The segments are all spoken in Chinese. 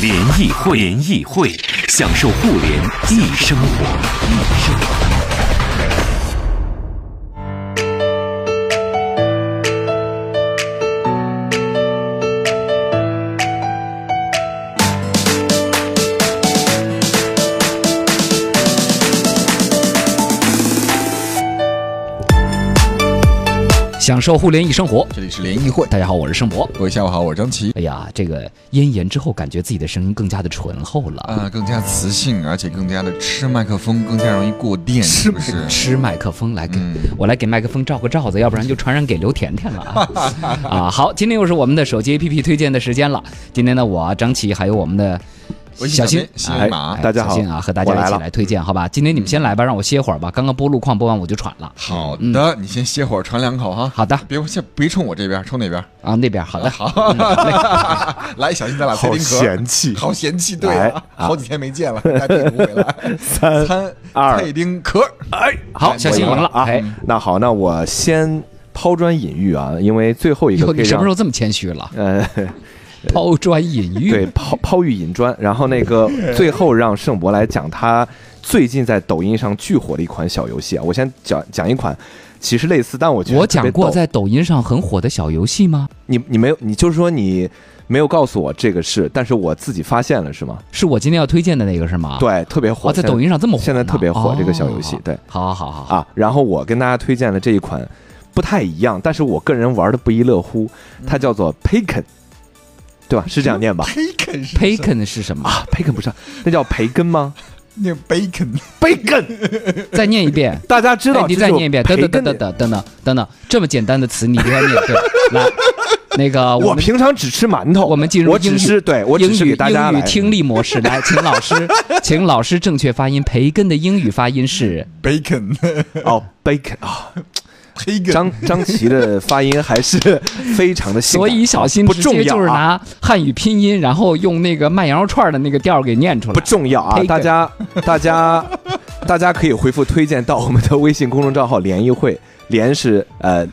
联谊会，联谊会，享受互联易生活。享受互联易生活。这里是联谊会，大家好，我是盛博。各位下午好，我是张琪。哎呀，这个咽炎之后，感觉自己的声音更加的醇厚了。啊、更加磁性，而且更加的吃麦克风，更加容易过电，嗯是不是？吃麦克风来给、嗯我来给麦克风罩个罩子，要不然就传染给刘甜甜了 啊！啊，好，今天又是我们的手机 APP 推荐的时间了。今天呢，我张琪还有我们的微信小小新编新人马哎哎大家好小新啊，和大家我一来起了来推荐，好吧？今天你们先来吧，让我歇会儿吧。刚刚播路况播完我就喘了。好的，你先歇会儿，喘两口哈。嗯好的别先别冲我这边，冲那边。嗯啊，那边好 的，嗯好，啊来，小新咱俩猜好啊丁壳，嫌弃好嫌弃，对哎来啊，好几天没见了，带屁股回 来。三参二蔡丁壳，哎， 好，小新我赢赢了。啊！哎，那好，那我先抛砖引玉啊，因为最后一个哟，可你以什么时让候这么谦虚 了？呃，抛砖引 玉。对，抛抛玉引砖，然后那个最后让盛博来讲他最近在抖音上巨火的一款小游戏啊，我先讲讲一款。其实类似，但我觉得我特讲别过逗在抖音上很火的小游戏吗？你，你没有，你就是说你没有告诉我这个事，但是我自己发现了是吗？是我今天要推荐的那个是吗？，对，特别火，哇，啊哦在现抖音上这么火呢，现在特别火哦这个小游戏对，好好好好，啊，然后我跟大家推荐的这一款不太一样，但是我个人玩的不亦乐乎，嗯它叫做 Pacon，对吧？是这样念 吧？ ，bacon 是 Bacon 是什么？啊，Pacon 不是，那叫培根吗？ 那个 bacon 培根，再念一遍，大家 知哎道，你再念一遍，等等等等等等。等等等等，这么简单的词你都要念对， 来，那个 我们平常只吃馒头，我们进入我英语只是对我英只是语给大家英来语听力模 式，来，请老师，请老师正确发音，培根的英语发音是 bacon 哦，bacon 啊，黑根张张琪的发音还是非常的性所感，以小新不直重接要就是啊，拿汉语拼音，然后用那个卖羊肉串的那个调儿给念出来不。重要啊， Bacon 大家 大家大家可以回复推荐到我们的微信公众账号“联谊会”，联是呃。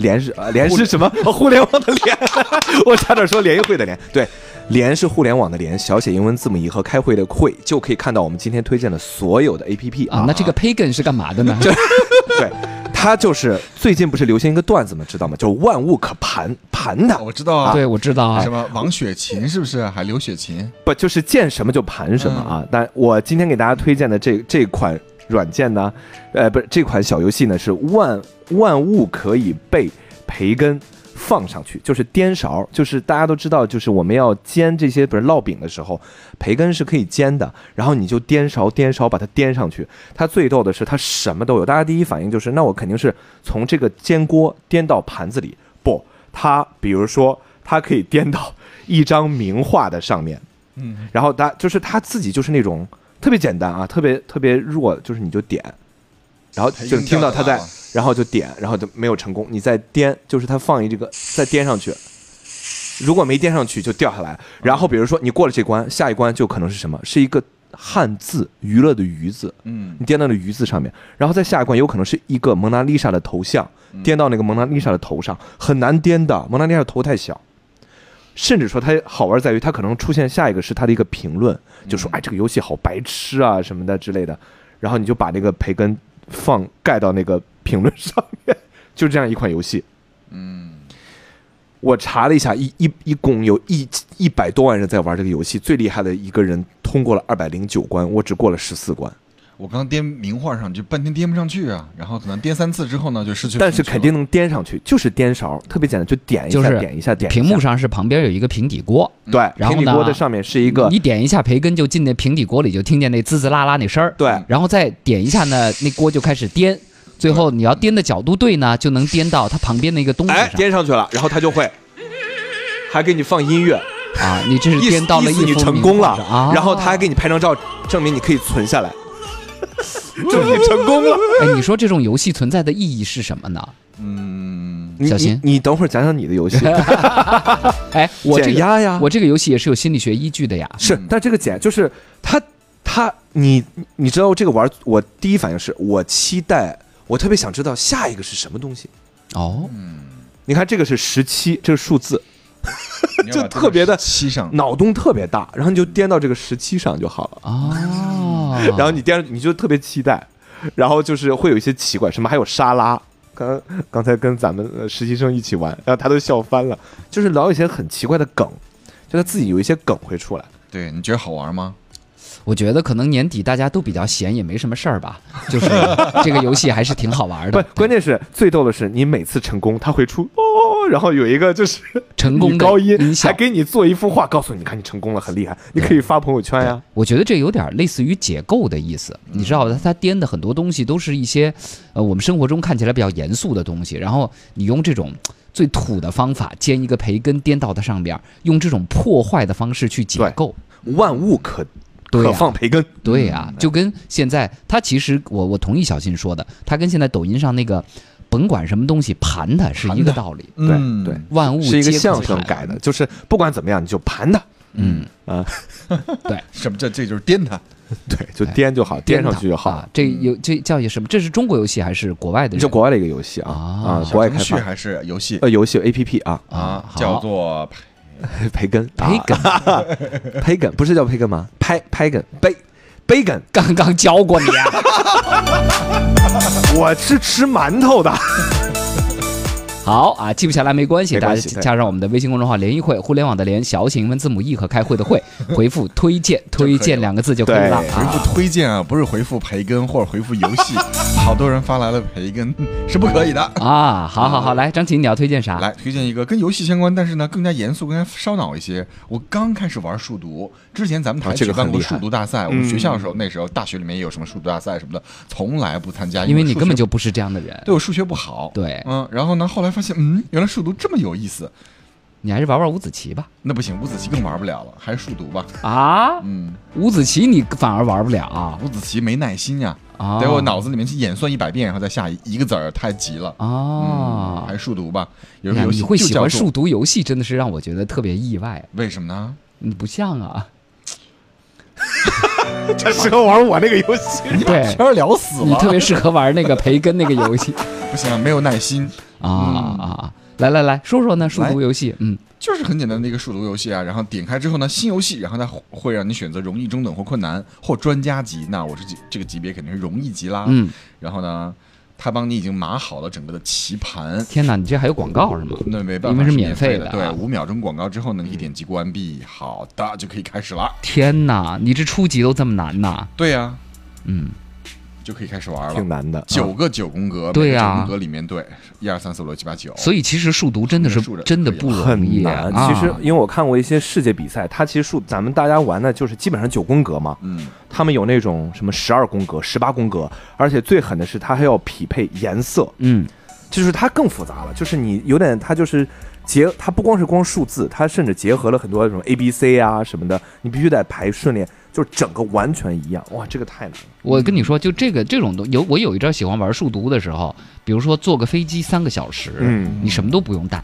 联是呃联是 什么？哦互联网的联， 我差点说联谊会的联。对，联是互联网的联，小写英文字母一和开会的会，就可以看到我们今天推荐的所有的 APP 啊，那这个 pagan 是干嘛的 呢？对，它就是最近不是流行一个段子吗？知道吗？就万物可盘盘它啊，我知道啊，对，我知道啊什。么王雪琴是不是？还刘雪琴，不就是见什么就盘什么啊？但我今天给大家推荐的这这款软件呢，呃，不是这款小游戏呢，是万万物可以被培根。放上去就是颠勺，就是大家都知道，就是我们要煎这些，比如烙饼的时候，培根是可以煎的，然后你就颠勺颠勺把它颠上去。它最逗的是它什么都有，大家第一反应就是，那我肯定是从这个煎锅颠到盘子里，不，它比如说它可以颠到一张名画的上面，嗯，然后他就是他自己就是那种特别简单啊，特别特别弱，就是你就点，然后就听到他在，然后就点，然后就没有成功，你再颠，就是他放一这个再颠上去，如果没颠上去就掉下来。然后比如说你过了这关，下一关就可能是什么？是一个汉字“娱乐”的“娱”字，嗯，你颠到那“鱼”字上面，然后再下一关有可能是一个蒙娜丽莎的头像，颠到那个蒙娜丽莎的头上，很难颠的。蒙娜丽莎的头太小，甚至说它好玩在于它可能出现下一个是它的一个评论，就说哎这个游戏好白痴啊什么的之类的，然后你就把那个培根放盖到那个评论上面，就这样一款游戏。我查了一下，一一一共有一一百多万人在玩这个游戏，最厉害的一个人通过了二百零九关，我只过了十四关。我刚颠名画上去，半天颠不上去啊，然后可能颠三次之后呢，就失去了兴趣了。但是肯定能颠上去，就是颠勺，特别简单，就点一就下，是点一下，点一下。屏幕上是旁边有一个平底锅，对，然后平底呢锅的上面是一个你点一下培根就进那平底锅里，就听见那滋滋啦啦那声儿。对然后再点一下呢，那锅就开始颠。最后你要颠的角度对呢，就能颠到它旁边那个东西哎上、颠上去了，然后它就会还给你放音乐，啊！你这是意思颠到了意思一你幅成名功了画上啊！ 然后他还给你拍张照，证明你可以存下来。祝你成功了。哎，你说这种游戏存在的意义是什么呢？嗯，你小心你你等会儿讲讲你 的游戏，哎，我这减个压呀，我这个游戏也是有心理学依据的呀。是嗯，但这个减就是他他你你知道这个玩儿，我第一反应是我期待，我特别想知道下一个是什么东西。哦，你看这个是十七，这个数字你就要把特别的吸上，脑洞特别大，然后你就颠到这个十七上就好了。哦，然后你颠，你就特别期待，然后就是会有一些奇怪，什么还有沙拉。刚刚才跟咱们呃实习生一起玩，然后他都笑翻了，就是老有一些很奇怪的梗，就他自己有一些梗会出来。对你觉得好玩吗？我觉得可能年底大家都比较闲，也没什么事儿吧。 就是这个游戏还是挺好玩不的，，关键是最逗的是，你每次成功，他会出哦，然后有一个就是成功女的高音音，还效。给你做一幅画，告诉你，看你成功了，很厉害，你可以发朋友圈呀、我觉得这有点类似于解构的意嗯思，你知道吧？它颠的很多东西都是一些，呃，我们生活中看起来比较严肃的东西，然后你用这种最土的方法煎一个培根，颠到它上边儿，用这种破坏的方式去解对构，万物可对可呀放嗯培根，对啊呀、就跟现在它其实我我同意小新说的，它跟现在抖音上那个甭管什么东西盘它是一个道理，对嗯对，万物是一个皆可相声盘改的，就是不管怎么样，你就盘它，嗯。什么这这就是颠它，对，就颠就好，哎颠上去就好啊了。这有这叫什么？这是中国游戏还是国外的人？你是国外的一个游戏啊啊啊，小国外开程序发还是游戏呃游戏 A P P 啊， 啊啊，好叫做培根啊培根， 培根不是叫培根吗？拍培根贝培根，刚刚教过你啊。我是吃馒头的。 好啊，记不下来没关系，没大关系家对加上我们的微信公众号“联谊会”，互联网的联，小写英文字母 e 和开会的会，回复“推荐”“推荐”两个字就可以了对回啊。复推荐啊，不是回复培根或者回复游戏， 好多人发来了培根 是不可以的。啊，好好好，来，张琴，你要推荐啥？来推荐一个跟游戏相关，但是呢更加严肃、更加烧脑一些。我刚开始玩数独，之前咱们台啊这举个办很过厉害数独大赛，我们嗯学校的时候，那时候大学里面也有什么数独大赛什么的，从来不参加，因为你数根本学就不是这样的人，对我数学不好。对嗯，然后呢，后来发现，嗯，原来数独这么有意思，你还是玩玩五子棋吧。那不行，五子棋更玩不了了，还是数独吧。啊，嗯，五子棋你反而玩不了啊。五子棋没耐心呀、啊得我脑子里面去演算一百遍，然后再下一一个字儿，太急了。嗯啊还，是数独吧，有一哎呀个游戏你会就喜叫欢做数，独游戏，真的是让我觉得特别意外。为什么呢？你不像啊，他适合玩我那个游戏。对，要聊死哎你特别适合玩那个培根那个游 戏不行啊，没有耐心。啊啊！啊！来来来说说呢，数独游戏，嗯，就是很简单的一个数独游戏啊，然后点开之后呢，新游戏，然后它会让你选择容易、中等或困难或专家级。那我这级这个级别肯定是容易级啦。嗯，然后呢，它帮你已经码好了整个的棋盘，天哪，你这还有广告是吗？那没办法，因为是是免费费的啊对，五秒钟广告之后呢，你可以点击关闭，好的，就可以开始了。天哪，你这初级都这么难呐？对呀、嗯，就可以开始玩挺了。难的，九个九宫格，对呀每个九宫格里面对，一二三四五六七八九，哦所以其实数独真的是数着真的不容易很难。啊。其实，因为我看过一些世界比赛，它其实数咱们大家玩的就是基本上九宫格嘛，嗯，他们有那种什么十二宫格、十八宫格，而且最狠的是它还要匹配颜色，嗯，就是它更复杂了，就是你有点它就是。结它不光是光数字，它甚至结合了很多那种 A B C 啊什么的，你必须得排顺列，就是整个完全一样。哇，这个太难了。我跟你说，就这个这种东有我有一阵儿喜欢玩数独的时候，比如说坐个飞机三个小时，嗯，你什么都不用带。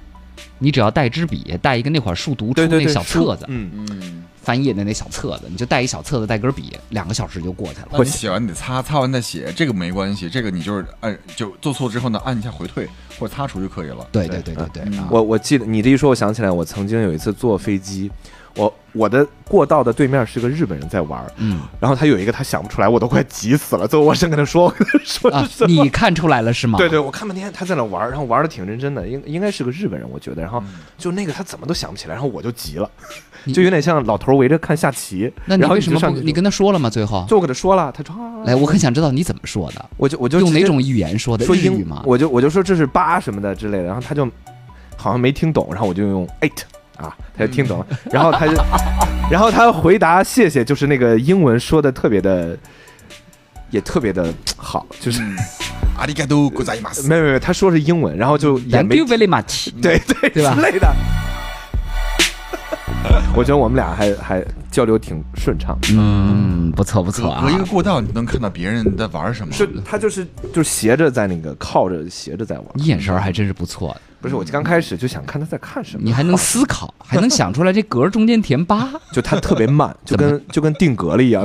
你只要带支笔，带一个那会儿数独出对对那对，小册子，嗯，嗯，翻页的那小册子，你就带一小册子，带根笔，两个小时就过去了。那你写完你得擦，擦完再写，这个没关系，这个你就是按就做错之后呢，按一下回退或者擦除就可以了。对对对对对，啊我我记得你这一说，我想起来，我曾经有一次坐飞机，我我的过道的对面是个日本人在玩儿，嗯然后他有一个他想不出来，我都快急死了，最后我想跟他说，我跟他说 啊是什，么？你看出来了是吗？对对，我看半天他在那玩儿，然后玩的挺认真的，应应该是个日本人，我觉得。然后就那个他怎么都想不起来，然后我就急了，嗯你 就有点像老头围着看下棋。那你然后为什就么上不？去你就跟他说了吗？最后，就我给他说了，他说啊，来，我很想知道你怎么说的，我就我就用直哪接种语言说的？说日英语吗？我就我就说这是八什么的之类的，然后他就好像没听懂，然后我就用 eight 啊，他就听懂了，嗯 然后他就，然后他回答谢谢，就是那个英文说的特别的，也特别的好，就是嗯，阿里嘎多ございます。没有没有，他说是英文，然后就也 Thank 没 you very much。嗯对对对吧之类的。我觉得我们俩还还交流挺顺畅。嗯，不错不错隔啊隔一，个过道，你能看到别人在玩什么。是他就是就是斜着在那个靠着斜着在玩，你眼神儿还真是不错，不是我刚开始就想看他在看什么，你还能思考，还能想出来这格儿中间填八。就他特 别慢，就跟就跟定格了一样。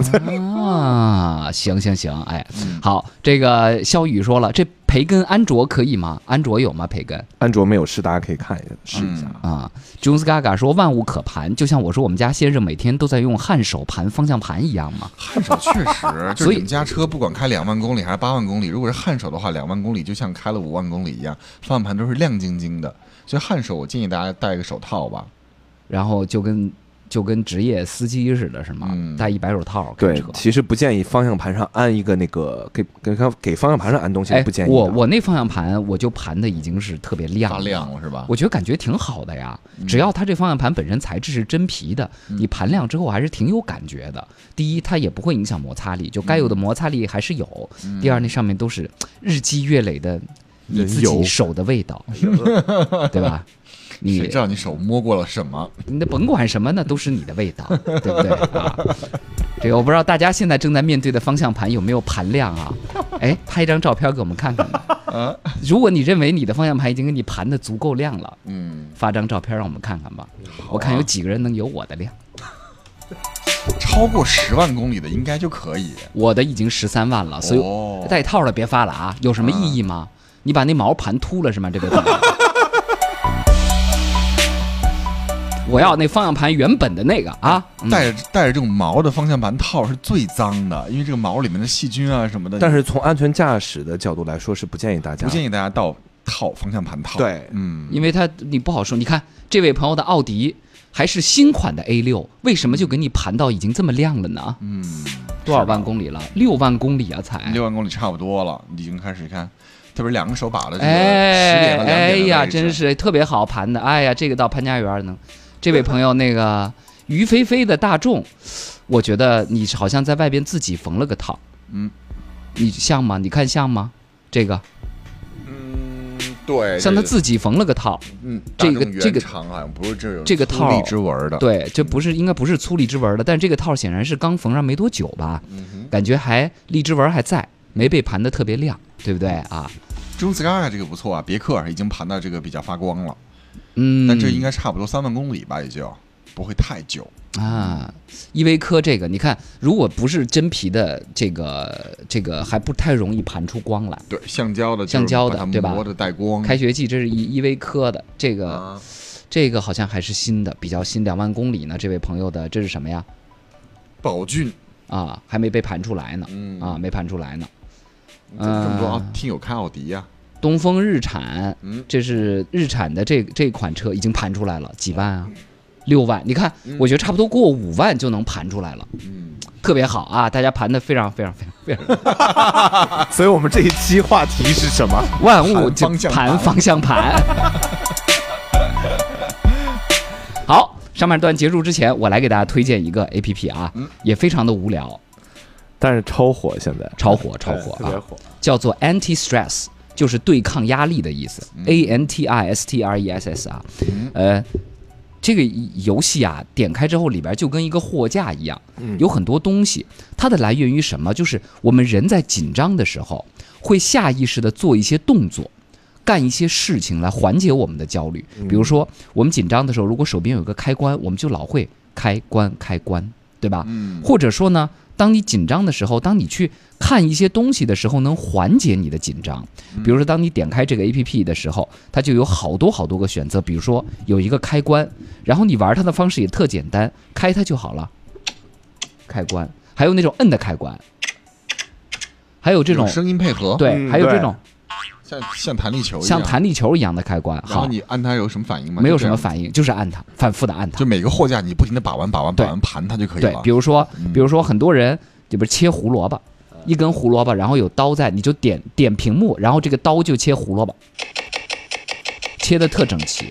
啊，行行行，哎，嗯好，这个肖宇说了，这培根安卓可以吗？安卓有吗？培根安卓没有试，大家可以看一下试嗯一下。啊，Jones Gaga 说万物可盘，就像我说我们家先生每天都在用汗手盘方向盘一样嘛。汗手确实，就是所以你们家车不管开两万公里还是八万公里，如果是汗手的话，两万公里就像开了五万公里一样，方向盘都是亮晶晶的。所以汗手，我建议大家戴个手套吧。然后就跟就跟职业司机似的，是吗？嗯戴一白手套开对车，。其实不建议方向盘上安一个那个给给给方向盘上安东西哎不建，议的。我我那方向盘我就盘的已经是特别亮发了亮了是吧？我觉得感觉挺好的呀，嗯只要它这方向盘本身材质是真皮的，你盘亮之后还是挺有感觉的。第一，它也不会影响摩擦力，就嗯该有的摩擦力还是有。第二，那上面都是日积月累的你自人己油哎手的味道， 对吧？谁你知道你手摸过了什么？你甭管什么，那都是你的味道， 对不对啊？这个我不知道大家现在正在面对的方向盘有没有盘亮 啊？哎，拍一张照片给我们看看吧。啊如果你认为你的方向盘已经给你盘的足够亮了，嗯，啊发张照片让我们看看吧。我看有几个人能有我的量，超过十万公里的应该就可以。我的已经十三万了，所哦以带套的别发了啊！有什么意义吗？啊你把那毛盘秃了是吗？这个。 我要那方向盘原本的那个啊，嗯带着带着这种毛的方向盘套是最脏的，因为这个毛里面的细菌啊什么的。但是从安全驾驶的角度来说，是不建议大家不建议大家到套方向盘套。对嗯，因为它你不好说。你看这位朋友的奥迪还是新款的 A 六，为什么就给你盘到已经这么亮了呢？嗯，多少万公里了？六万公里啊，才。六万公里差不多了，已经开始看，特别是两个手把的这个十哎点和两哎点的呀，位置真是特别好盘的。哎呀，这个到潘家园能。这位朋友，那个于菲菲的大众，我觉得你是好像在外边自己缝了个套。嗯，你像吗？你看像吗？这个嗯，对，像他这自己缝了个套，嗯，这个大众原这个厂好像不是这种这个套粗粝之纹的，，对，这不是应该不是粗荔枝纹的，但这个套显然是刚缝上没多久吧，嗯感觉还荔枝纹还在，没被盘的特别亮，对不对啊？中 s c a 这个不错啊，别克已经盘到这个比较发光了，嗯，但这应该差不多三万公里吧，也就不会太久。啊，依维柯这个，你看，如果不是真皮的，这个这个还不太容易盘出光来。对，橡胶的，橡胶的对吧磨的带光，开学季这是依依维柯的，这个、嗯啊，这个好像还是新的，比较新，两万公里呢。这位朋友的这是什么呀？宝骏，啊，还没被盘出来呢，嗯啊，，没盘出来呢。这这么多奥嗯听友开奥迪呀，东风日产，嗯这是日产的这这款车已经盘出来了，几万嗯啊？六万，你看，我觉得差不多过五万就能盘出来了，嗯，特别好啊！大家盘的非常非常非常非常啊所以我们这一期话题是什么？万物盘就方向盘盘方向盘。 好，上半段结束之前，我来给大家推荐一个 A P P 啊，嗯也非常的无聊，但是超火现在超火超火特别啊，火。叫做 Anti Stress，就是对抗压力的意思，A 嗯 N T I S T R E S S 啊，呃。这个游戏啊，点开之后里边就跟一个货架一样，嗯有很多东西。它的来源于什么？就是我们人在紧张的时候，会下意识的做一些动作，干一些事情来缓解我们的焦虑。比如说，我们紧张的时候，如果手边有一个开关，我们就老会开关开关，对吧？嗯或者说呢，当你紧张的时候，当你去看一些东西的时候，能缓解你的紧张。比如说，当你点开这个 A P P 的时候，它就有好多好多个选择，比如说有一个开关，然后你玩它的方式也特简单，开它就好了，开关，还有那种摁的开关，还有这种有声音配合，，对，嗯还有这对种像像弹力球一样，像弹力球一样的开关，然后好，你按它有什么反应吗？没有就这什样么，反应，就是按它，反复的按它就。每个货架你不停的把玩、把玩、把对玩盘它就可以对了，比。如说嗯，比如说很多人里边切胡萝卜，一根胡萝卜，然后有刀在，你就点点屏幕，然后这个刀就切胡萝卜，切的特整齐，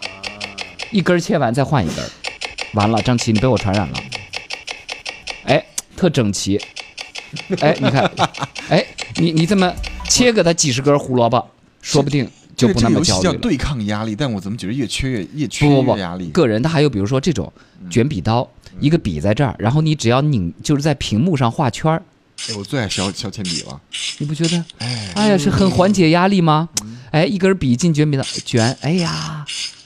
一根儿切完再换一根儿，完了，张琪你被我传染了，哎，特整齐，哎，你看，哎，你你这么切个它几十根胡萝卜，说不定就这不这那么个游戏焦虑叫了。对抗压力，但我怎么觉得越缺越越缺嗯不不越不压力？个人他还有比如说这种卷笔刀，一个笔在这儿，然后你只要拧，就是在屏幕上画圈儿，哎我最爱削削铅笔了，你不觉得？哎，哎呀，是很缓解压力吗？嗯哎，一根笔进卷笔的卷，哎呀，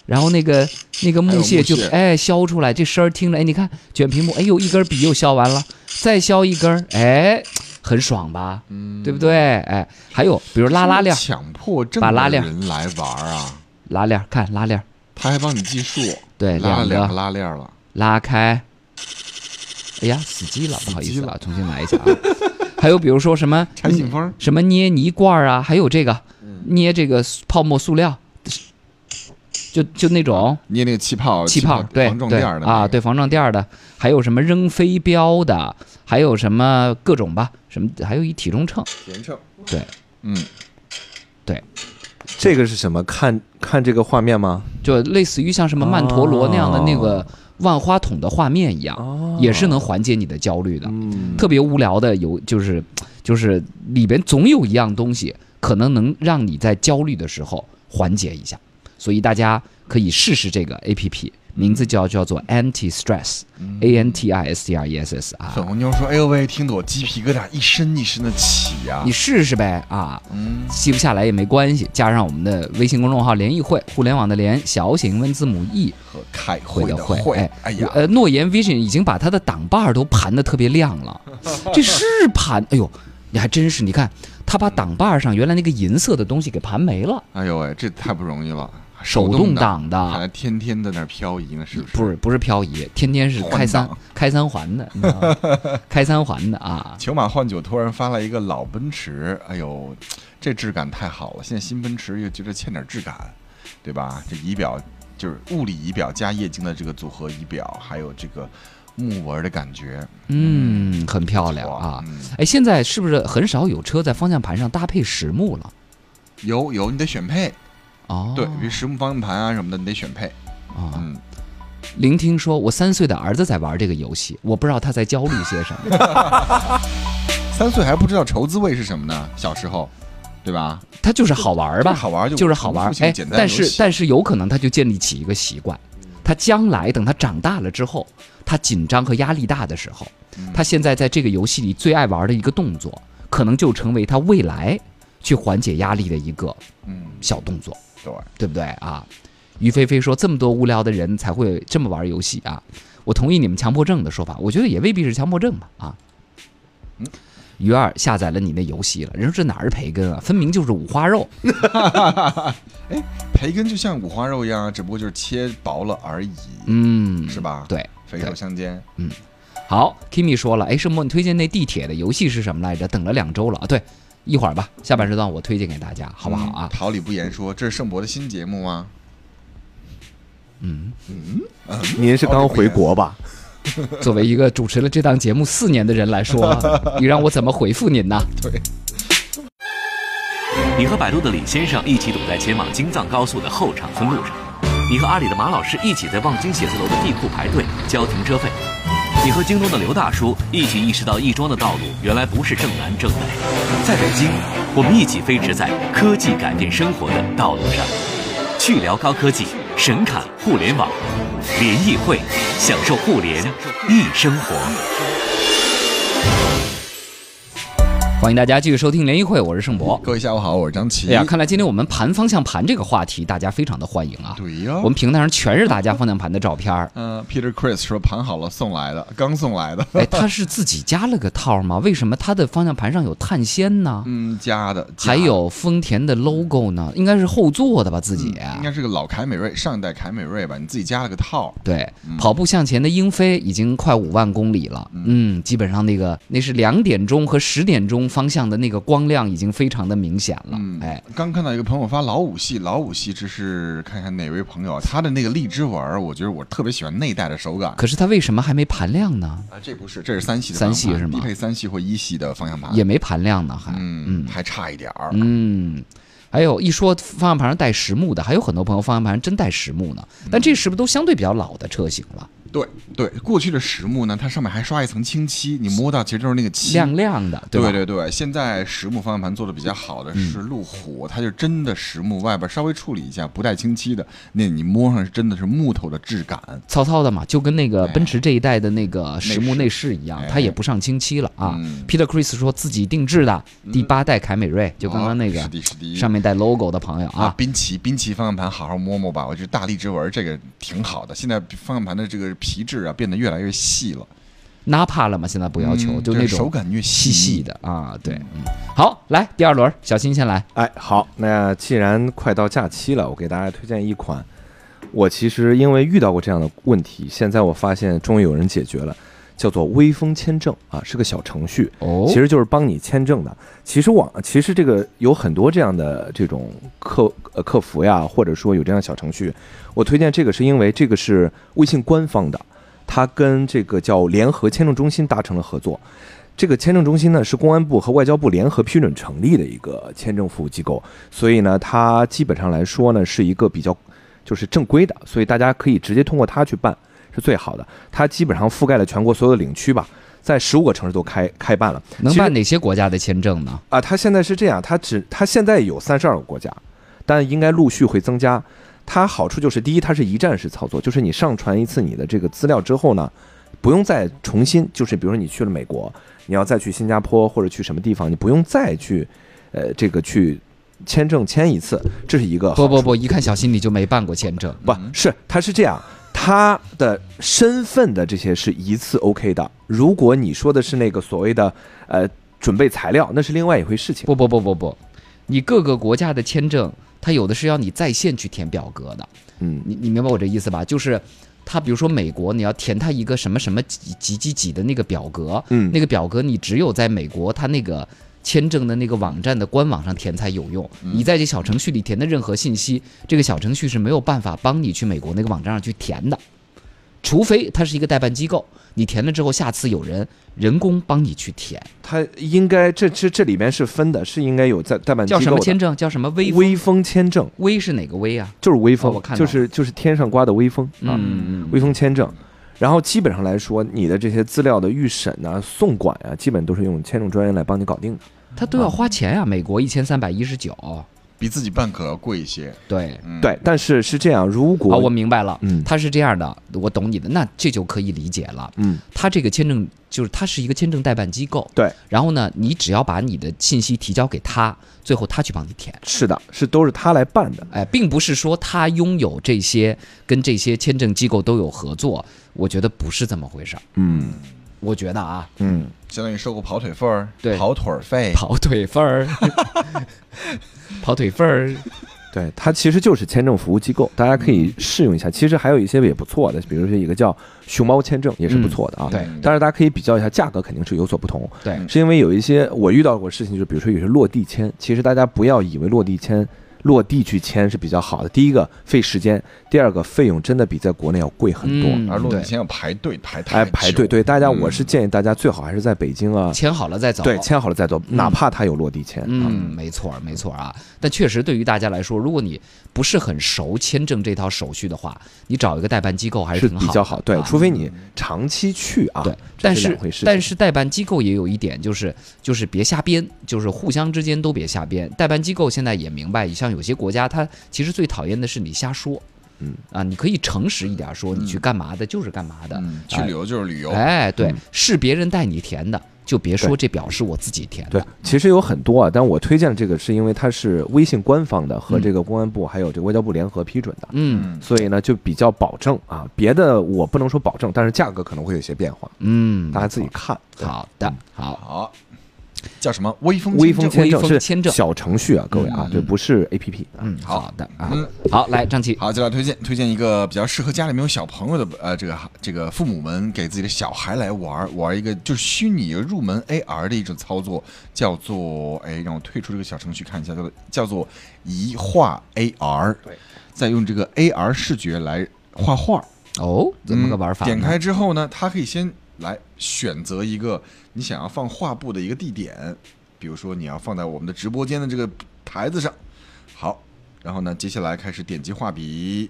然后那个那个木屑就还有木屑哎削出来，这声儿听着，哎，你看卷屏幕，哎呦，一根笔又削完了，再削一根儿，哎，很爽吧？嗯对不？对？哎，还有比如拉拉链儿，强迫症把拉的链人来玩儿啊，拉链儿，看拉链儿，他还帮你计数，对，拉了哎两两个个拉链了，拉开，哎呀，死机了，不好意死机思了啊，重新来一下啊。 还有比如说什么柴信风，什么捏泥罐儿啊，还有这个嗯捏这个泡沫塑料，就就那种捏那个哦气泡，嗯气泡泡，对防撞对垫儿的那啊，个对防撞垫儿的，还有什么扔飞镖的，还有什么各种吧，什么还有一体重秤，甜秤，对，嗯，这个是什么？看看这个画面吗？就类似于像什么曼陀罗那样的那哦个万花筒的画面一样，哦也是能缓解你的焦虑的。嗯，特别无聊的有就是就是里边总有一样东西可能能让你在焦虑的时候缓解一下，所以大家可以试试这个 A P P，名字叫叫做 Anti Stress，A N T I S T R E S S 啊，粉红妞说：“哎呦喂，听得我鸡皮疙瘩一身一身的起呀、你试试呗啊，嗯，记不下来也没关系，加上我们的微信公众号“联谊会”，互联网的联，小写英文字母 e。和开会的的会，会，哎呀，呃，诺言 Vision 已经把它的挡把儿都盘的特别亮 了，这是盘，哎呦，你还真是，你看他把挡把儿上原来那个银色的东西给盘没了，哎呦喂，这太不容易了，手动动挡还的，天天在那儿漂移呢，是不是？不是，不是漂移，天天是换开三挡开三环的，你知道吗 开三环的啊，九马换九突然发来一个老奔驰，哎呦，这质感太好了，现在新奔驰又觉得欠点质感，对吧？这仪表就是物理仪表加液晶的这个组合仪表，还有这个木纹的感觉，嗯，很漂亮哇啊。嗯哎，现在是不是很少有车在方向盘上搭配实木了？有有，你得选配，哦，对，比如实木方向盘啊什么的，你得选配，啊，嗯。”聆听说，我三岁的儿子在玩这个游戏，我不知道他在焦虑些什么。三岁还不知道愁滋味是什么呢？小时候，对吧？他就是好玩儿吧，好玩儿就就是好玩儿重复。性哎简，单但游是戏嗯但是有可能他就建立起一个习惯，他将来等他长大了之后，他紧张和压力大的时候，嗯他现在在这个游戏里最爱玩的一个动作，可能就成为他未来去缓解压力的一个嗯，小动作，对，对不对啊？于菲菲说，这么多无聊的人才会这么玩游戏啊！我同意你们强迫症的说法，我觉得也未必是强迫症吧啊。嗯鱼儿下载了你那游戏了，人说这哪儿是培根啊，分明就是五花肉。培根就像五花肉一样，只不过就是切薄了而已，嗯，是吧？，对，肥瘦相间。好，Kimi 说了，哎，盛莫，你推荐那地铁的游戏是什么来着？等了两周了啊，对，一会儿吧，下半时段我推荐给大家，好不好嗯啊？桃李不言说，这是盛博的新节目吗？嗯，您是刚回国吧？嗯作为一个主持了这档节目四年的人来 说，你让我怎么回复您呢？你和百度的李先生一起堵在前往京藏高速的后场村路上，你和阿里的马老师一起在望京写字楼的地库排队交停车费，你和京东的刘大叔一起意识到亦庄的道路原来不是正南正北，在北京，我们一起飞驰在科技改变生活的道路上，去聊高科技，神侃互联网，联谊会，享受互联易生活。欢迎大家继续收听联谊会，我是盛博。各位下午好，我是张琪。哎呀，看来今天我们盘方向盘这个话题，大家非常的欢迎啊。对呀、。我们平台上全是大家方向盘的照片儿嗯，Peter Chris 说盘好了送来的，刚送来的，哎，他是自己加了个套吗？为什么他的方向盘上有碳纤呢？嗯，加的，加还有丰田的 logo 呢，应该是后做的吧？自己、嗯应该是个老凯美瑞，上一代凯美瑞吧，你自己加了个套，对，跑步向前的英菲已经快五万公里了，嗯，基本上那个那是两点钟和十点钟方向的那个光亮已经非常的明显了，嗯，哎，，刚看到一个朋友发老五系，老五系这是看看哪位朋友啊，他的那个荔枝纹儿，我觉得我特别喜欢内带的手感。可是它为什么还没盘亮呢？啊，这不是，这是三系的三系方向盘是吗低配三系或一系的方向盘，也没盘亮呢，还，嗯，还差一点儿。嗯，还有一说方向盘上带实木的，还有很多朋友方向盘真带实木呢，但这是不是都相对比较老的车型了？对对，过去的实木呢，它上面还刷一层清漆，你摸到其实就是那个漆。亮亮嗯的，对吧？对对，现在实木方向盘做的比较好的是路虎，它就真的实木，外边稍微处理一下，不带清漆的，那你摸上真的是木头的质感。糙糙的嘛，就跟那个奔驰这一代的那个实木哎内内饰一样哎，它也不上清漆了啊嗯。 Peter Chris 说自己定制的第八代凯美瑞，就刚刚那哦是个的，是的，上面带 logo 的朋友啊啊，，滨崎滨崎方向盘好好摸摸吧，我觉得大力之纹这个挺好的。现在方向盘的这个皮质啊变得越来越细了，纳帕了嘛，现在不要求，嗯就那是手种感越细细的。的啊，对，嗯，好，来第二轮，小新先来，哎，好，那既然快到假期了，我给大家推荐一款。我其实因为遇到过这样的问题，现在我发现终于有人解决了，叫做微风签证啊，是个小程序，哦其实就是帮你签证的。其实网，其实这个有很多这样的这种客呃客服呀，或者说有这样的小程序。我推荐这个是因为这个是微信官方的，它跟这个叫联合签证中心达成了合作。这个签证中心呢是公安部和外交部联合批准成立的一个签证服务机构，所以呢，它基本上来说呢是一个比较就是正规的，所以大家可以直接通过它去办是最好的。它基本上覆盖了全国所有的领区吧，在十五个城市都开开办了。能其实办哪些国家的签证呢？啊，它现在是这样，它只它现在有三十二个国家，但应该陆续会增加。它好处就是，第一，它是一站式操作，就是你上传一次你的这个资料之后呢，不用再重新，就是比如说你去了美国，你要再去新加坡或者去什么地方，你不用再去，呃，这个去签证签一次，这是一哦个不好不嗯处不，一看小新你就没办过签证，不是，他是这样，他的身份的这些是一次 OK 的。如果你说的是那个所谓的呃准备材料，那是另外一回事情。不不不不不，你各个国家的签证，它有的是要你在线去填表格的。嗯，你你明白我这意思吧？就是他，比如说美国，你要填他一个什么什么几几几几的那个表格，嗯那个表格你只有在美国他那个签证的那个网站的官网上填才有用。嗯你在这小程序里填的任何信息，这个小程序是没有办法帮你去美国那个网站上去填的。除非它是一个代办机构，你填了之后，下次有人人工帮你去填，它应该这这这里面是分的，是应该有在代办机叫构的什么签证？叫什么微微风签证，微是哪个微啊？就是微风，哦我看到就了是就是天上刮的微风啊，嗯微风签证。然后基本上来说，你的这些资料的预审啊、送管啊，基本都是用签证专员来帮你搞定的。他都要花钱呀、美国一千三百一十九，比自己办可要贵一些。对，嗯，对，但是是这样，如好，果啊我明白了，嗯他是这样的，我懂你的，那这就可以理解了。嗯，他这个签证就是他是一个签证代办机构，对，然后呢，你只要把你的信息提交给他，最后他去帮你填。是的，是都是他来办的。哎，并不是说他拥有这些，跟这些签证机构都有合作，我觉得不是这么回事儿。嗯我觉得啊，嗯，相当于收个跑腿费儿，对跑腿儿哎费。跑腿份 儿，跑腿份儿，对，它其实就是签证服务机构，大家可以试用嗯一下。其实还有一些也不错的，比如说一个叫熊猫签证也是不错的嗯啊。对嗯但是大家可以比较一下，价格肯定是有所不同。对是因为有一些我遇到过事情，就是比如说有些落地签，其实大家不要以为落地签落地去签是比较好的。第一个费时间，第二个费用真的比在国内要贵很多。嗯而落地对签要排队排太哎，久排队，对大家，嗯我是建议大家最好还是在北京啊，签好了再走。对，签好了再走，哪怕它有落地签。啊嗯，没错儿，没错儿啊。但确实对于大家来说，如果你不是很熟签证这套手续的话，你找一个代办机构还是挺比较好，对，啊除非你长期去啊，对，这但是是两回事情。但是代办机构也有一点，就是就是别瞎编，就是互相之间都别瞎编。代办机构现在也明白，像有些国家，它其实最讨厌的是你瞎说，嗯啊，你可以诚实一点说，你去干嘛的就是干嘛的，嗯，哎去旅游就是旅游，哎，对嗯，是别人带你填的，就别说对这表是我自己填对的，，其实有很多啊，但我推荐这个是因为它是微信官方的和这个公安部还有这个外交部联合批准的，嗯。嗯，所以呢就比较保证啊。别的我不能说保证，但是价格可能会有些变化，嗯，大家自己嗯看。好的，好，好，叫什么？微风微风签签微证风签是证小程序啊，各位啊，嗯对，不是 A P P 啊。嗯，好好的啊嗯，好，来张琪，好，接下来推荐推荐一个比较适合家里没有小朋友的呃，这个这个父母们给自己的小孩来玩儿玩一个就是虚拟入门 AR 的一种操作，叫做哎，让我退出这个小程序看一下，叫做叫做移画 AR，对，再用这个 AR 视觉来画画儿，哦，怎么个玩法嗯呢？点开之后呢，它可以先来选择一个你想要放画布的一个地点，比如说你要放在我们的直播间的这个台子上。好，然后呢，接下来开始点击画笔，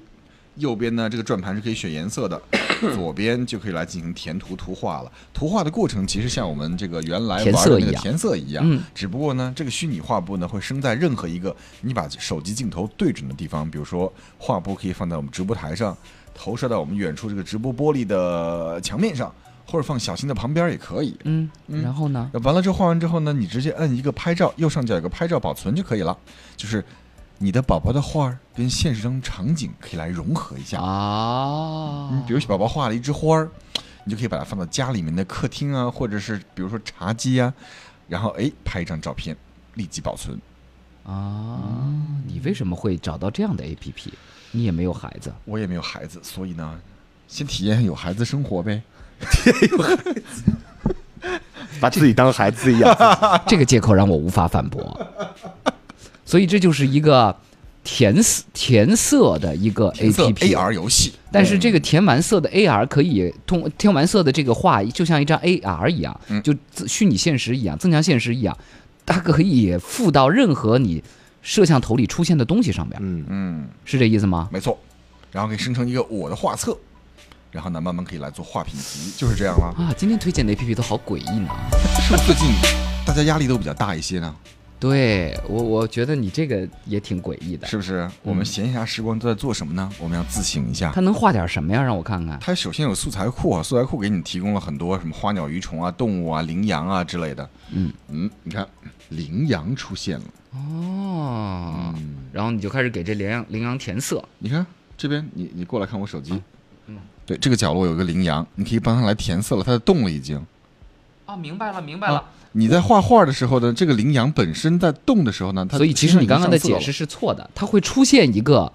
右边呢这个转盘是可以选颜色的，嗯左边就可以来进行填涂图画了。图画的过程其实像我们这个原来填玩色的一那个样填色一样，嗯只不过呢，这个虚拟画布呢会生在任何一个你把手机镜头对准的地方，比如说画布可以放在我们直播台上，投射到我们远处这个直播玻璃的墙面上，或者放小新的旁边也可以。嗯，然后呢？完了之后画完之后呢，你直接摁一个拍照，右上角有个拍照保存就可以了。就是你的宝宝的画儿跟现实中场景可以来融合一下。啊，嗯，比如宝宝画了一枝花儿，你就可以把它放到家里面的客厅啊，或者是比如说茶几啊，然后哎拍一张照片，立即保存。啊，你为什么会找到这样的 A P P？你也没有孩 子，我也没有孩子，所以呢，先体验有孩子生活呗。把自己当孩子一样。这个借口让我无法反驳。所以这就是一个填色填色的一个 A 填色 P P AR 游戏，但是嗯这个填完色的 AR 可以通填完色的这个画，就像一张 AR 一样，嗯就自虚拟现实一样，增强现实一样，它可以附到任何你摄像头里出现的东西上面，嗯，嗯，是这意思吗？没错。然后可以生成一个我的画册，然后呢，慢慢可以来做画品集，就是这样了。啊，今天推荐的 APP 都好诡异呢。是不是最近大家压力都比较大一些呢？对我，我觉得你这个也挺诡异的。是不是？我嗯们闲暇时光都在做什么呢？我们要自省一下它。能画点什么呀？让我看看。它首先有素材库啊，素材库给你提供了很多什么花鸟鱼虫啊、动物啊、羚羊啊之类的。嗯嗯，你看羚羊出现了。哦，嗯，然后你就开始给这羚羊羚羊填色。你看这边，你你过来看我手机。嗯，对，这个角落有个羚羊，你可以帮它来填色了，它动了已经。啊，明白了，明白了。你在画画的时候呢，这个羚羊本身在动的时候呢，它所以其实你刚刚的解释是错的，它会出现一个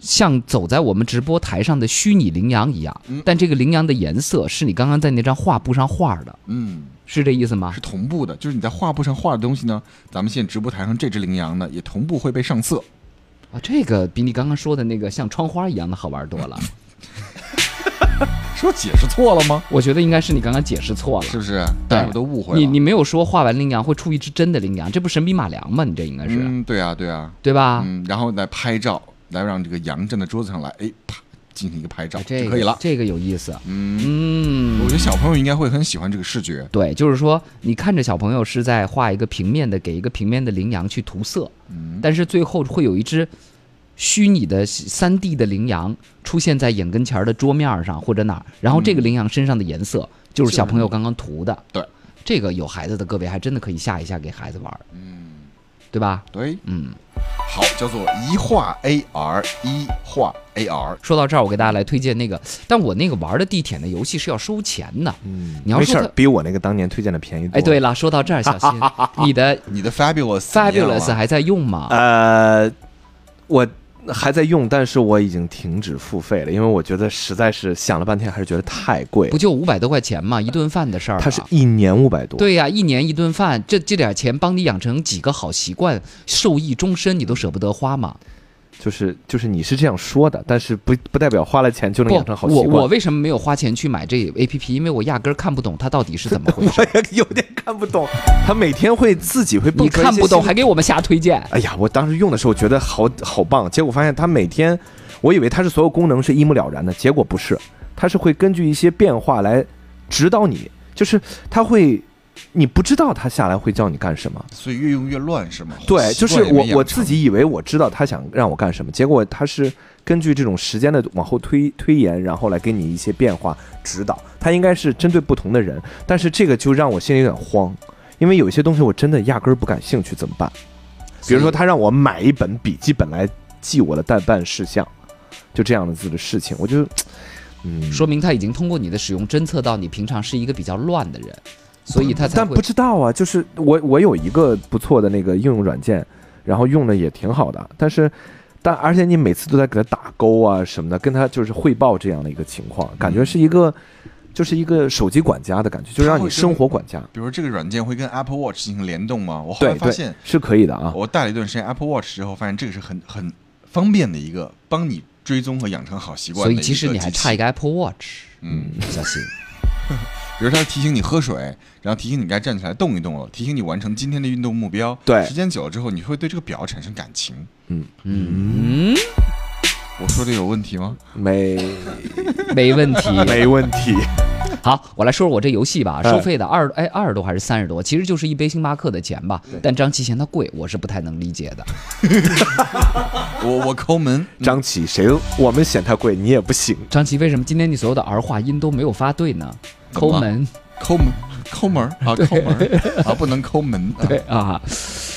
像走在我们直播台上的虚拟羚羊一样嗯，但这个羚羊的颜色是你刚刚在那张画布上画的，嗯。是这意思吗是？同步的，就是你在画布上画的东西呢，咱们现在直播台上这只羚羊呢，也同步会被上色。啊，这个比你刚刚说的那个像窗花一样的好玩多了。是我解释错了吗？我觉得应该是你刚刚解释错了。是不是？大家都误会了。你你没有说画完羚羊会出一只真的羚羊，这不神笔马良吗？你这应该是、嗯，对啊，对啊，对吧？嗯，然后来拍照，来让这个羊站在桌子上来，哎，啪，进行一个拍照哎啊这就个可以了。这个有意思。嗯，嗯我觉得小朋友应该会很喜欢这个视觉。对，就是说，你看着小朋友是在画一个平面的，给一个平面的羚羊去涂色，嗯，但是最后会有一只虚拟的三 D 的羚羊出现在眼跟前儿的桌面儿上或者哪儿，然后这个羚羊身上的颜色就是小朋友刚刚涂的。对，这个有孩子的各位还真的可以下一下给孩子玩，嗯，对吧？对，嗯，好，叫做一画 AR，一画 AR。说到这儿，我给大家来推荐那个，但我那个玩的地铁的游戏是要收钱的。嗯 你要没说事儿它，比我那个当年推荐的便宜多。哎，对，了，说到这儿，小新，你的你的 Fabulous 怎么样 Fabulous 了还在用吗？呃，我还在用，但是我已经停止付费了，因为我觉得实在是想了半天，还是觉得太贵不了。就五百多块钱嘛，一顿饭的事儿。啊它是，一年五百多，，对呀、一年一顿饭，这这点钱帮你养成几个好习惯，受益终身，你都舍不得花嘛。就是就是你是这样说的，但是不不代表花了钱就能不养成，好习我惯。。我 为什么没有花钱去买这 A P P？因为我压根儿看不懂它到底是怎么回事 也有点看不懂，他每天会自己会蹦你出来看一些不懂新还给我们瞎推荐，哎呀，我当时用的时候觉得好好棒，结果发现它每天，我以为它是所有功能是一目了然的，结果不是，它是会根据一些变化来指导你，就是它会，你不知道它下来会叫你干什么。所以越用越乱是吗？对，习就惯是也没我养我成自己以为我知道它想让我干什么，结果它是根据这种时间的往后推推延，然后来给你一些变化指导。它应该是针对不同的人，但是这个就让我心里有点慌，因为有些东西我真的压根儿不感兴趣，怎么办？比如说，他让我买一本笔记本来记我的代办事项，就这样子的事情，我就，嗯，说明他已经通过你的使用侦测到你平常是一个比较乱的人，所以他才但会不知道啊，就是我我有一个不错的那个应用软件，然后用的也挺好的，但是。但而且你每次都在给他打勾啊什么的，跟他就是汇报这样的一个情嗯况，感觉是一个，就是一个手机管家的感觉，就他让你会跟生活管家。比如这个软件会跟 Apple Watch 进行联动吗？我后来对发对现，，是可以的啊。哦我戴了一段时间 Apple Watch 之后，发现这个是很很方便的一个帮你追踪和养成好习惯所的一以个其实你还机器差一个 Apple Watch，嗯，小新。比如它提醒你喝水，然后提醒你该站起来动一动了，提醒你完成今天的运动目标。对时间久了之后，你会对这个表产生感情。嗯，我说的有问题吗？没 没问题。没问题。好，我来说说我这游戏吧，哎收费的二哎二十多还是三十多，其实就是一杯星巴克的钱吧。但张琪嫌它贵，我是不太能理解的。我我抠门，张琪，谁我们嫌他贵，你也不行。张琪，为什么今天你所有的儿化音都没有发对呢？怎么抠了门。抠门，抠门儿啊，抠门儿啊，不能抠门。啊 对啊，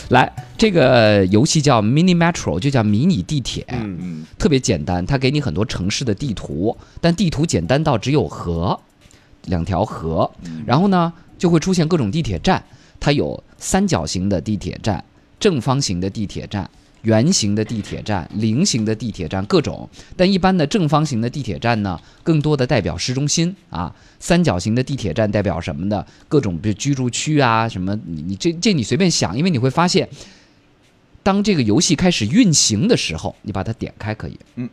来，这个游戏叫 Mini Metro，就叫迷你地铁。嗯，嗯，特别简单，它给你很多城市的地图，但地图简单到只有河，两条河，嗯然后呢就会出现各种地铁站，它有三角形的地铁站、正方形的地铁站。圆形的地铁站、菱形的地铁站各种，但一般的正方形的地铁站呢，更多的代表市中心啊；三角形的地铁站代表什么的？各种比如居住区啊，什么你你这这你随便想，因为你会发现，当这个游戏开始运行的时候，你把它点开可以。迷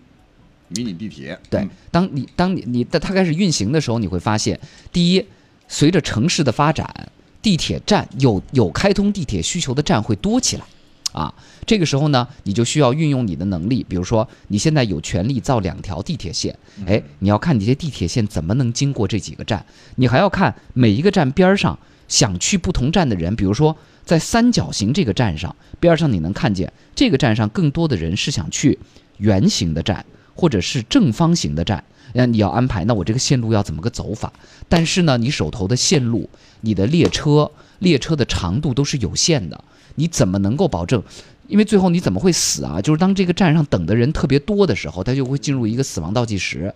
你地铁，对嗯，当你当你你它它开始运行的时候，你会发现，第一，随着城市的发展，地铁站有有开通地铁需求的站会多起来，啊，这个时候呢，你就需要运用你的能力，比如说你现在有权利造两条地铁线，哎，你要看你这地铁线怎么能经过这几个站，你还要看每一个站边儿上想去不同站的人，比如说在三角形这个站上边儿上，你能看见这个站上更多的人是想去圆形的站或者是正方形的站，那你要安排，那我这个线路要怎么个走法？但是呢，你手头的线路、你的列车、列车的长度都是有限的，你怎么能够保证？因为最后你怎么会死啊？就是当这个站上等的人特别多的时候，他就会进入一个死亡倒计时。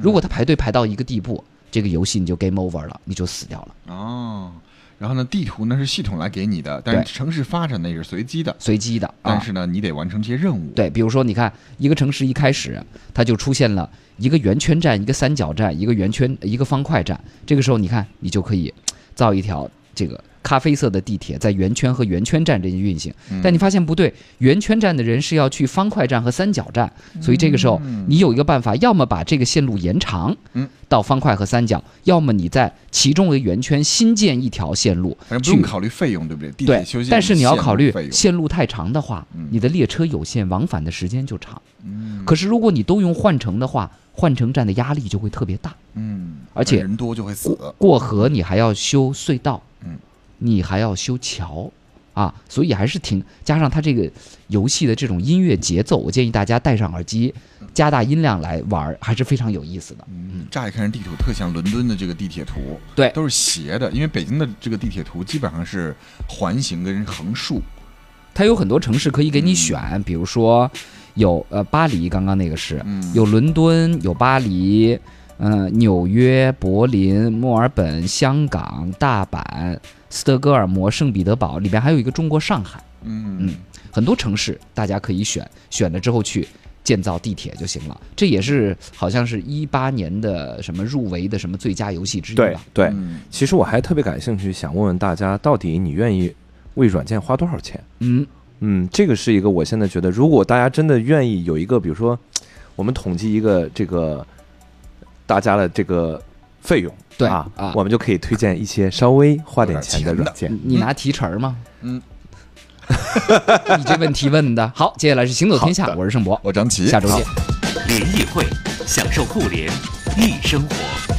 如果他排队排到一个地步，这个游戏你就 game over 了，你就死掉了，哦。然后呢，地图呢是系统来给你的，但是对城市发展呢也是随机的，随机的。啊但是呢，你得完成这些任务。对，比如说，你看一个城市一开始，它就出现了一个圆圈站、一个三角站、一个圆圈、一个方块站。这个时候，你看你就可以造一条这个咖啡色的地铁，在圆圈和圆圈站这些运行。嗯但你发现不对，圆圈站的人是要去方块站和三角站，所以这个时候你有一个办法，要么把这个线路延长嗯，到方块和三角，要么你在其中一个圆圈新建一条线路反正不去用考虑费用，对不对？地对铁修，建但是你要线路考虑费用。线路太长的话，嗯你的列车有限，往返的时间就长。嗯可是如果你都用换乘的话，换乘站的压力就会特别大。嗯，而且人多就会死。过河你还要修隧道，呃嗯，你还要修桥啊，所以还是挺加上它这个游戏的这种音乐节奏，我建议大家戴上耳机，加大音量来玩儿，还是非常有意思的。嗯，乍一看人地图特像伦敦的这个地铁图，对都是斜的，因为北京的这个地铁图基本上是环形跟横竖。它有很多城市可以给嗯你选，比如说有呃巴黎，刚刚那个是，嗯，有伦敦，有巴黎，呃，纽约、柏林、墨尔本、香港、大阪、斯德哥尔摩、圣彼得堡，里边还有一个中国上海，嗯很多城市大家可以选，选了之后去建造地铁就行了。这也是好像是一八年的什么入围的什么最佳游戏之一对吧？对，嗯其实我还特别感兴趣，想问问大家，到底你愿意为软件花多少钱？嗯，嗯，这个是一个我现在觉得，如果大家真的愿意有一个，比如说，我们统计一个这个大家的这个费用，对啊，啊嗯我们就可以推荐一些稍微花点钱的有点钱的软件。你拿提成儿吗？嗯， 你这问题问的好。接下来是行走天下，我是盛博，我张琪，下周见。联谊会，享受互联易生活。